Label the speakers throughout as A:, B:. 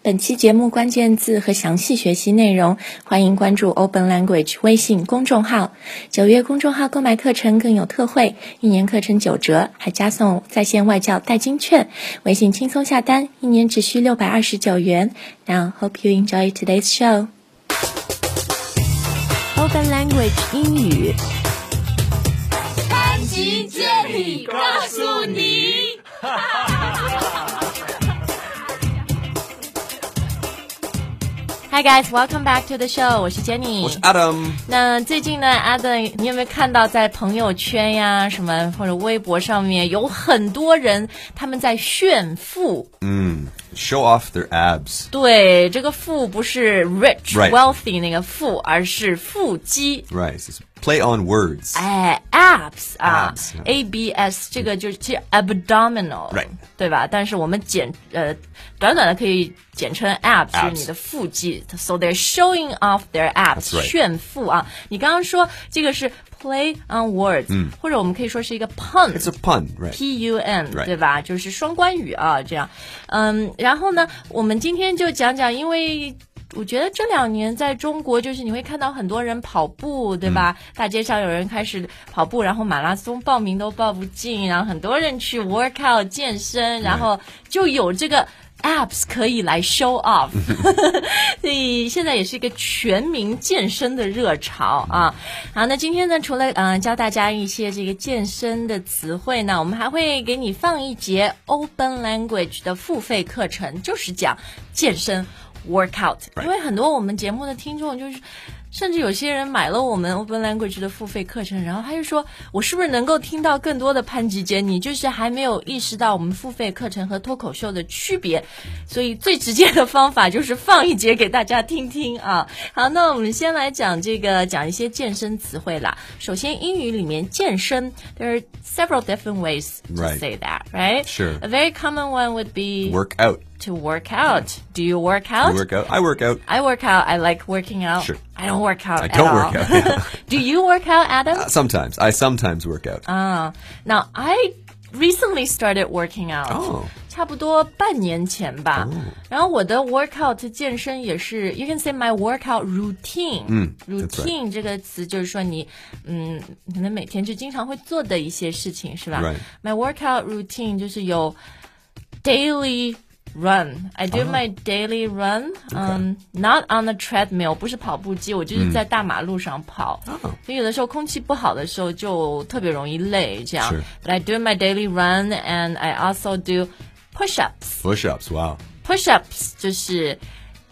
A: 本期节目关键字和详细学习内容，欢迎关注 Open Language 微信公众号。九月公众号购买课程更有特惠，一年课程九折，还加送在线外教代金券。微信轻松下单，一年只需六百二十九元。Now hope you enjoy today's show.
B: Open Language 英语
C: 班级接力告诉你，
B: ，Hi guys, welcome back to the show。我是 Jenny，
D: 我是 Adam，
B: 那最近呢，Adam，你有没有看到在朋友圈呀、什么或者微博上面有很多人他们在炫富？
D: 嗯 show off their abs.
B: 对，这个富不是 rich、
D: Right
B: wealthy 那个富，而是腹肌。
D: Right, it's play on words.
B: 哎，abs 啊
D: Abs，
B: ，a b s 这个就是其实 abdominal，
D: 嗯 Right
B: 对吧？但是我们简呃短短的可以简称 abs，就
D: Abs
B: 是你的腹肌。So they're showing off their abs，
D: That's right
B: 炫富啊！你刚刚说这个是 play on words，或者我们可以说是一个 pun。
D: 嗯 It's a pun, right?
B: P U N，
D: Right
B: 对吧？就是双关语啊，这样。嗯，然后呢，我们今天就讲讲，因为。我觉得这两年在中国，就是你会看到很多人跑步，对吧？
D: 嗯
B: 大街上有人开始跑步，然后马拉松报名都报不进，然后很多人去 workout 健身，然后就有这个 apps 可以来 show off，所 以现在也是一个全民健身的热潮啊。好，那今天呢，除了嗯、呃教大家一些这个健身的词汇呢，我们还会给你放一节 Open Language 的付费课程，就是讲健身 workout，
D: Right
B: 因为很多我们节目的听众就是。甚至有些人买了我们 Open Language 的付费课程，然后他就说：“我是不是能够听到更多的潘吉杰？你就是还没有意识到我们付费课程和脱口秀的区别，所以最直接的方法就是放一节给大家听听啊。好，那我们先来讲这个讲一些健身词汇啦。首先，英语里面健身，there are several different ways to
D: Right.
B: say that, right?
D: Sure.
B: A very common one would be
D: Work out.
B: to work out. Do you work
D: You
B: out?
D: work out. I work out.
B: I work out. I like working out.
D: Sure.
B: I don't work out.
D: I
B: at
D: don't
B: all.
D: work out, yeah. Uh,
B: Do you work out, Adam? Oh.
D: Sometimes. I sometimes work out.
B: Uh. now I recently started working out.
D: Oh.
B: 差不多半年前吧。然后我的 workout 健身也是，you can say my workout routine。嗯
D: that's
B: ，routine、这个词就是说你，嗯，可能每天就经常会做的一些事情，是吧
D: Right
B: My workout routine 就是有 daily。Run, I do my daily run. Um, not on the treadmill，不是跑步机，我就是在大马路上跑。所以有的时候空气不好的时候就特别容易累，这样
D: 是。
B: But I do my daily run and I also do push-ups.
D: Push ups. Wow.
B: push ups 就是，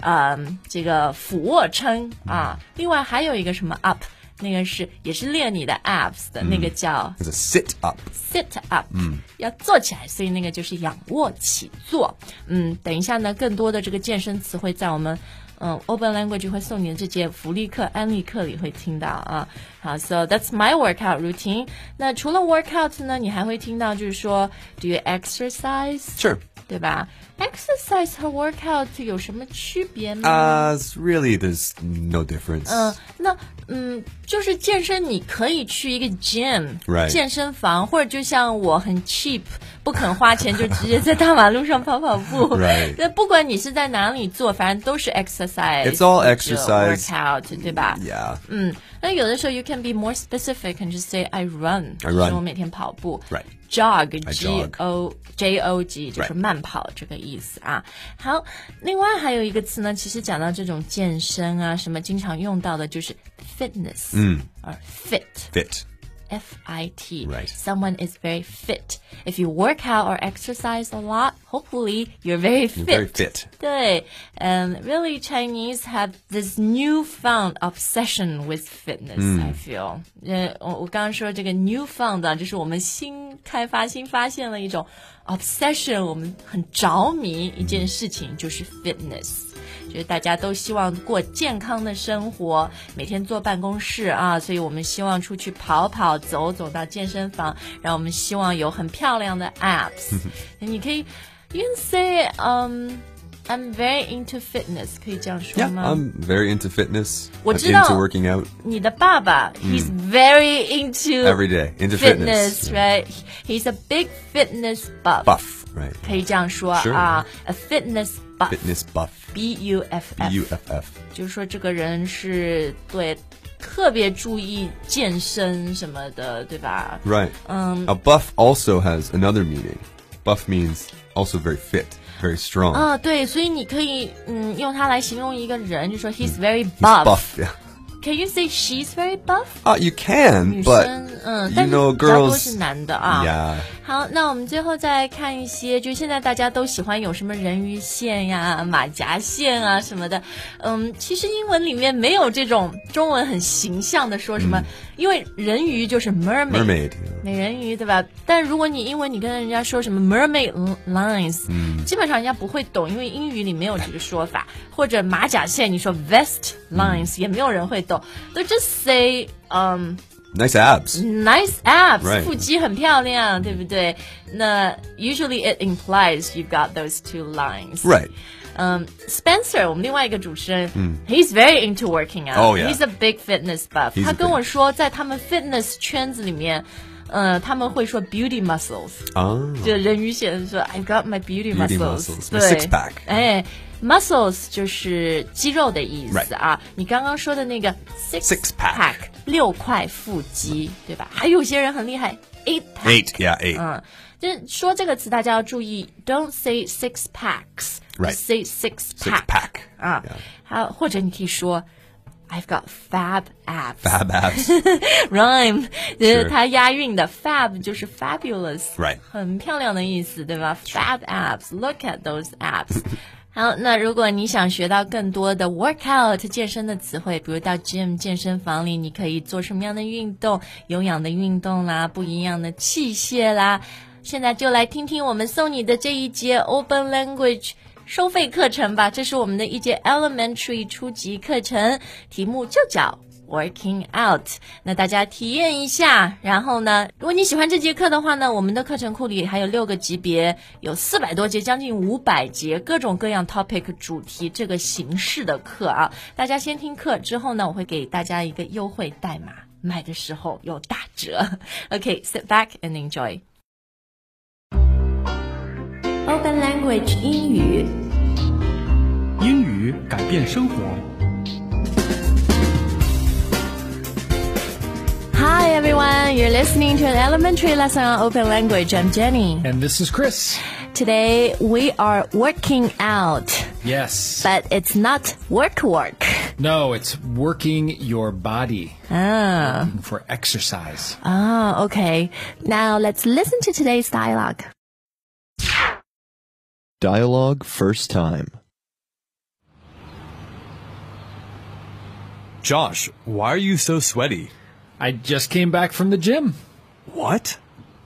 B: 嗯，这个俯卧撑啊。另外还有一个什么 up，那个是也是练你的 abs 的、那个叫
D: It's a sit up.
B: sit up，嗯，要坐起来，所以那个就是仰卧起坐。嗯，等一下呢，更多的这个健身词汇在我们。嗯，Open Language 会送你的这节福利课、安利课里会听到啊。好，So that's my workout routine。那除了 workout 呢，你还会听到就是说，Do you exercise？
D: Sure.
B: 对吧？Exercise 和 workout 有什么区别吗？
D: Uh, it's really, there's no difference.
B: 嗯、那嗯，就是健身，你可以去一个 gym、
D: Right
B: 健身房，或者就像我很 cheap，不肯花钱，就直接在大马路上跑跑步。
D: Right
B: 那不管你是在哪里做，反正都是 exercise。
D: It's
B: 或
D: all
B: 者
D: exercise
B: workout，对吧
D: yeah.
B: 嗯，那有的时候 you can be more specific and just say I run，就
D: I
B: 是
D: run
B: 我每天跑步。
D: Right
B: Jog,
D: I
B: G
D: jog
B: O J O G 就是
D: Right
B: 慢跑这个意思啊。好，另外还有一个词呢，其实讲到这种健身啊，什么经常用到的就是 fitness，嗯，而 fit。
D: Fit.
B: F I T.
D: Right.
B: Someone is very fit. If you work out or exercise a lot, hopefully you're very fit.
D: Very fit.
B: 对, and really Chinese have this newfound obsession with fitness. I feel. 呃，我我刚刚说这个 newfound 啊，就是我们新开发、新发现了一种 obsession，我们很着迷一件事情，就是 fitness。就是大家都希望过健康的生活，每天坐办公室啊，所以我们希望出去跑跑、走走到健身房，然后我们希望有很漂亮的 abs。你可以，you can say，嗯、I'm very into fitness，可以这样说
D: Yeah.
B: 吗
D: I'm very into fitness. I'm
B: 我知道。
D: into working out
B: 你的爸爸、h e s very into
D: Hmm. every day. Into fitness.
B: fitness, right? He's a big fitness buff.
D: Buff. Right.
B: 可以这样说
D: Sure.
B: 啊、a fitness buff
D: Fitness buff.
B: B U F
D: B
B: F，
D: U F F.
B: 就是说这个人是对特别注意健身什么的，对吧？
D: Right.
B: Um,
D: a buff also has another meaning. Buff means also very fit, very strong.
B: 啊，对，所以你可以嗯用它来形容一个人，就说 he's very
D: He's
B: buff。
D: buff. Yeah.
B: Can you say she's very buff？
D: Uh, you can,
B: 女
D: but
B: 生，嗯，
D: you
B: 但是
D: know,
B: 比较多是
D: girls.
B: 男的啊。
D: Yeah.
B: 好，那我们最后再看一些，就现在大家都喜欢有什么人鱼线呀、马甲线啊什么的。嗯，其实英文里面没有这种中文很形象的说什么，因为人鱼就是 mermaid。
D: Mermaid. yeah.
B: 美人鱼对吧？但如果你英文你跟人家说什么 mermaid lines，、基本上人家不会懂，因为英语里没有这个说法。或者马甲线，你说 vest lines、也没有人会懂。都 just say 嗯、
D: Nice abs.
B: nice abs，、
D: Right
B: 腹肌很漂亮，对不对？那 usually it implies you've got those two lines。
D: Right.
B: 嗯、s p e n c e r 我们另外一个主持人，he's very into working out.
D: Oh, yeah.
B: He's a big fitness buff.
D: He's a
B: 他跟我说，在他们 fitness 圈子里面，呃，他们会说 beauty muscles，、
D: Oh.
B: 就人鱼线说 I got my beauty
D: Beauty
B: muscles，,
D: muscles,
B: 对
D: my six pack
B: 哎，muscles 就是肌肉的意思
D: Right.
B: 啊。你刚刚说的那个 six
D: Six pack
B: pack 六块腹肌，对吧？还有些人很厉害，eight pack。
D: Eight. Yeah, eight.
B: 嗯，就是说这个词大家要注意，don't say six packs，
D: Right.
B: say six
D: Six
B: pack。Ah.
D: pack.
B: 啊
D: Yeah.，
B: 还有或者你可以说，I've got fab abs
D: Fab abs.
B: rhyme，就是
D: 是
B: 它押韵的，fab 就是 fabulous，
D: Right
B: 很漂亮的意思，对吧？Fab abs，look at those abs 。好，那如果你想学到更多的 workout 健身的词汇，比如到 gym 健身房里，你可以做什么样的运动，有氧的运动啦，不一样的器械啦。现在就来听听我们送你的这一节 Open Language 收费课程吧，这是我们的一节 Elementary 初级课程，题目就叫 Working Out。那大家体验一下，然后呢，如果你喜欢这节课的话呢，我们的课程库里还有六个级别，有四百多节，将近五百节，各种各样 topic 主题这个形式的课啊。大家先听课之后呢，我会给大家一个优惠代码，买的时候有打折。OK，sit、back and enjoy。
A: Open Language 英语
E: 英语改变生活。
B: Hi everyone, you're listening to an elementary lesson on open language. I'm Jenny.
E: And this is Chris.
B: Today we are working out,
E: Yes.
B: but it's not work work.
E: No, it's working your body
B: Ah,
E: for exercise.
B: ah, okay. Now let's listen to today's dialogue.
F: Dialogue first time.
G: Josh, why are you so sweaty?
E: I just came back from the gym.
G: What?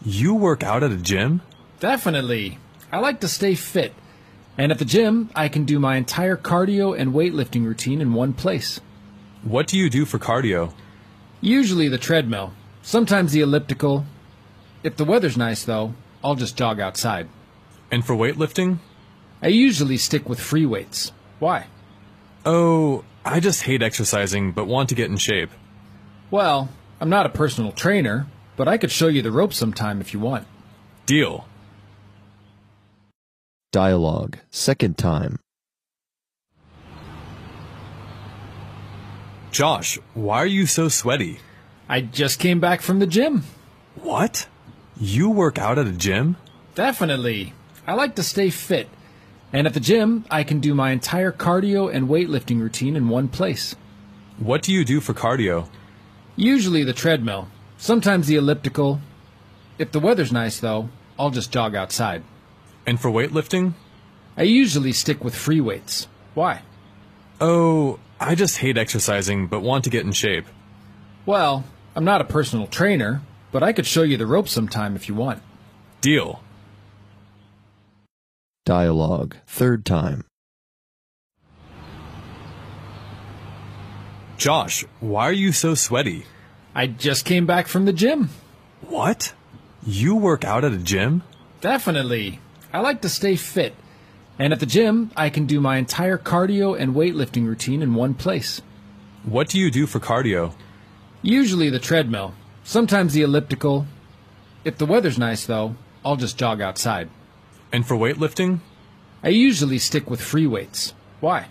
G: You work out at a gym?
E: Definitely. I like to stay fit. And at the gym, I can do my entire cardio and weightlifting routine in one place.
G: What do you do for cardio?
E: Usually the treadmill, sometimes the elliptical. If the weather's nice, though, I'll just jog outside.
G: And for weightlifting?
E: I usually stick with free weights. Why?
G: Oh, I just hate exercising but want to get in shape.
E: Well, I'm not a personal trainer, but I could show you the ropes sometime if you want.
G: Deal.
F: Dialogue second time.
G: Josh, why are you so sweaty?
E: I just came back from the gym.
G: What? You work out at a gym?
E: Definitely. I like to stay fit. And at the gym, I can do my entire cardio and weightlifting routine in one place.
G: What do you do for cardio?
E: Usually the treadmill, sometimes the elliptical. If the weather's nice, though, I'll just jog outside.
G: And for weightlifting?
E: I usually stick with free weights. Why?
G: Oh, I just hate exercising but want to get in shape.
E: Well, I'm not a personal trainer, but I could show you the ropes sometime if you want.
G: Deal.
F: Dialogue third time.
G: Josh, why are you so sweaty?
E: I just came back from the gym.
G: What? You work out at a gym?
E: Definitely. I like to stay fit. And at the gym, I can do my entire cardio and weightlifting routine in one place.
G: What do you do for cardio?
E: Usually the treadmill, sometimes the elliptical. If the weather's nice, though, I'll just jog outside.
G: And for weightlifting?
E: I usually stick with free weights. Why?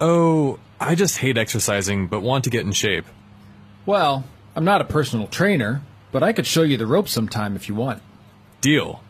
G: Oh, I just hate exercising but want to get in shape.
E: Well, I'm not a personal trainer, but I could show you the ropes sometime if you want.
G: Deal.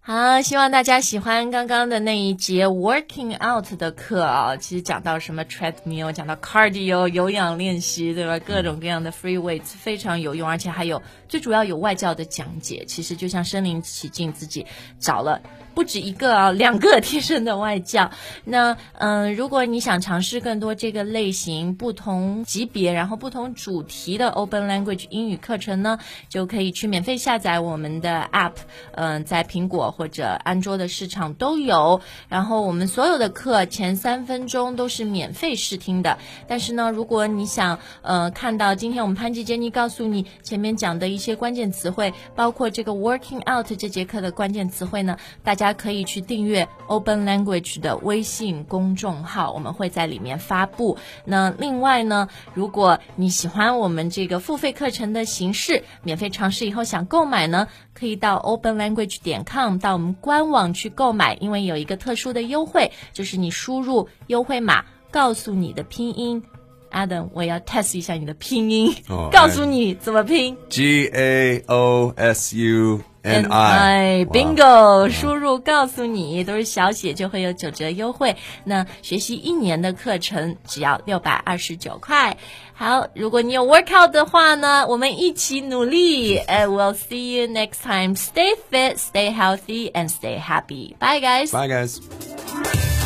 B: 好，希望大家喜欢刚刚的那一节 working out 的课啊。其实讲到什么 treadmill，讲到 cardio 有氧练习，对吧？各种各样的 free weights 非常有用，而且还有最主要有外教的讲解。其实就像身临其境，自己找了不止一个啊， 两个贴身的外教。那嗯、如果你想尝试更多这个类型、不同级别，然后不同主题的 Open Language 英语课程呢，就可以去免费下载我们的 App，嗯、在苹果或者安卓的市场都有。然后我们所有的课前三分钟都是免费试听的，但是呢，如果你想呃看到今天我们潘吉杰尼告诉你前面讲的一些关键词汇，包括这个 working out 这节课的关键词汇呢，大家可以去订阅 Open Language 的微信公众号，我们会在里面发布。那另外呢，如果你喜欢我们这个付费课程的形式，免费尝试以后想购买呢，可以到 Open Language 点 com 到我们官网去购买，因为有一个特殊的优惠，就是你输入优惠码，告诉你的拼音。Adam，我要 test 一下你的拼音
D: 哦
B: 告诉你怎么拼。
D: G A O S U N I.
B: I
D: Wow. 嗯
B: bingo，输入告诉你都是小写，就会有九折优惠。那学习一年的课程只要六百二十九块。好，如果你有 workout 的话呢，我们一起努 力。I will see you next time. Stay fit, stay healthy, and stay happy. Bye, guys.
D: Bye, guys.